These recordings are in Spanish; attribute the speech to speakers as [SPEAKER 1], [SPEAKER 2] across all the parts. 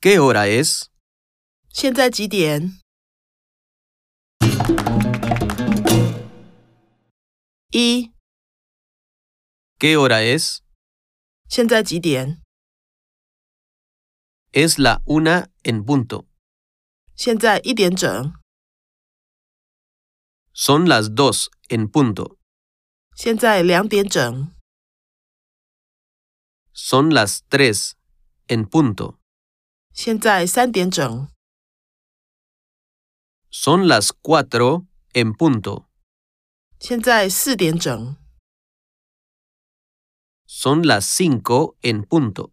[SPEAKER 1] ¿Qué hora es?
[SPEAKER 2] 现在几点？一，
[SPEAKER 1] ¿Qué hora es?
[SPEAKER 2] 现在几点？
[SPEAKER 1] Es la una en punto.
[SPEAKER 2] 现在一点整。
[SPEAKER 1] Son las dos en punto.
[SPEAKER 2] 现在两点整。
[SPEAKER 1] Son las tres en punto.
[SPEAKER 2] 现在三点整。
[SPEAKER 1] Son las cuatro en punto.
[SPEAKER 2] 现在四点整。
[SPEAKER 1] Son las cinco en punto.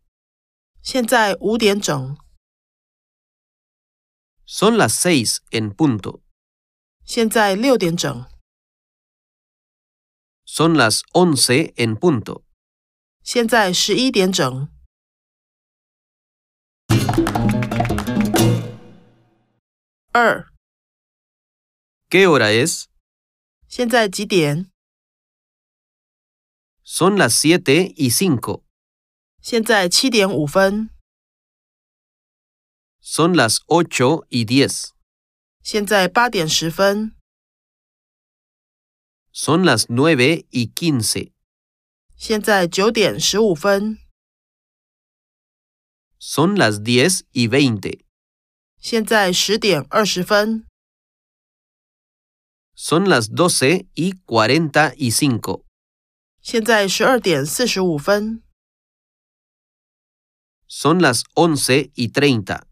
[SPEAKER 2] 现在五点整。
[SPEAKER 1] Son las seis en punto.
[SPEAKER 2] 现在六点整。
[SPEAKER 1] Son las once en punto.
[SPEAKER 2] 现在十一点整。二，
[SPEAKER 1] ¿Qué hora es?
[SPEAKER 2] 现在几点？
[SPEAKER 1] Son las siete y cinco.
[SPEAKER 2] 现在七点五分。
[SPEAKER 1] Son las ocho y diez.
[SPEAKER 2] 现在八点十分。
[SPEAKER 1] Son las nueve y quince.
[SPEAKER 2] 现在九点十五分。
[SPEAKER 1] Son las diez y veinte.
[SPEAKER 2] 现在十点二十分。
[SPEAKER 1] Son las doce y cuarenta y cinco.
[SPEAKER 2] 现在十二点四十五分。
[SPEAKER 1] Son las once y treinta.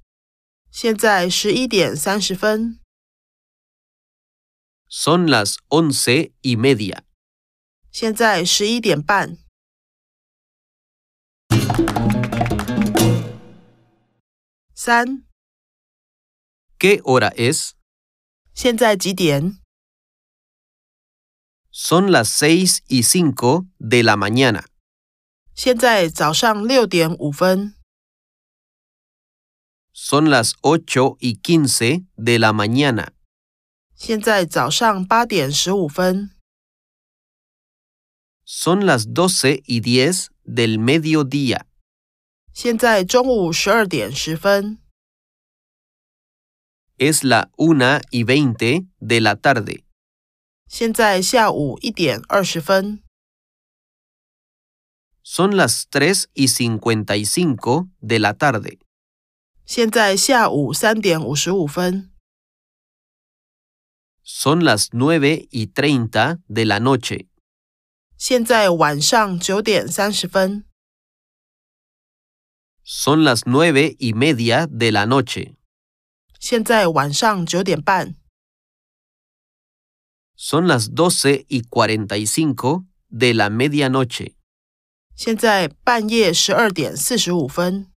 [SPEAKER 2] 现在十一点三十分。
[SPEAKER 1] Son las once y media.
[SPEAKER 2] 现在十一点半。三，
[SPEAKER 1] ¿Qué hora es?
[SPEAKER 2] 现在几点？
[SPEAKER 1] Son las seis y cinco de la mañana.
[SPEAKER 2] 现在早上六点五分。
[SPEAKER 1] Son las ocho y quince de la mañana.
[SPEAKER 2] 现在早上八点十五分。
[SPEAKER 1] Son las doce y diez del mediodía.
[SPEAKER 2] 现在中午十二点十分。
[SPEAKER 1] Es la una y veinte de la tarde.
[SPEAKER 2] 现在下午一点二十分。
[SPEAKER 1] Son las tres y cincuenta y cinco de la tarde.
[SPEAKER 2] 现在下午三点五十五分。
[SPEAKER 1] Son las nueve y treinta de la noche.
[SPEAKER 2] 现在晚上九点三十分。
[SPEAKER 1] Son las nueve y media de la noche.
[SPEAKER 2] 现在晚上九点半。
[SPEAKER 1] Son las doce y cuarenta y cinco de la medianoche.
[SPEAKER 2] 现在半夜十二点四十五分。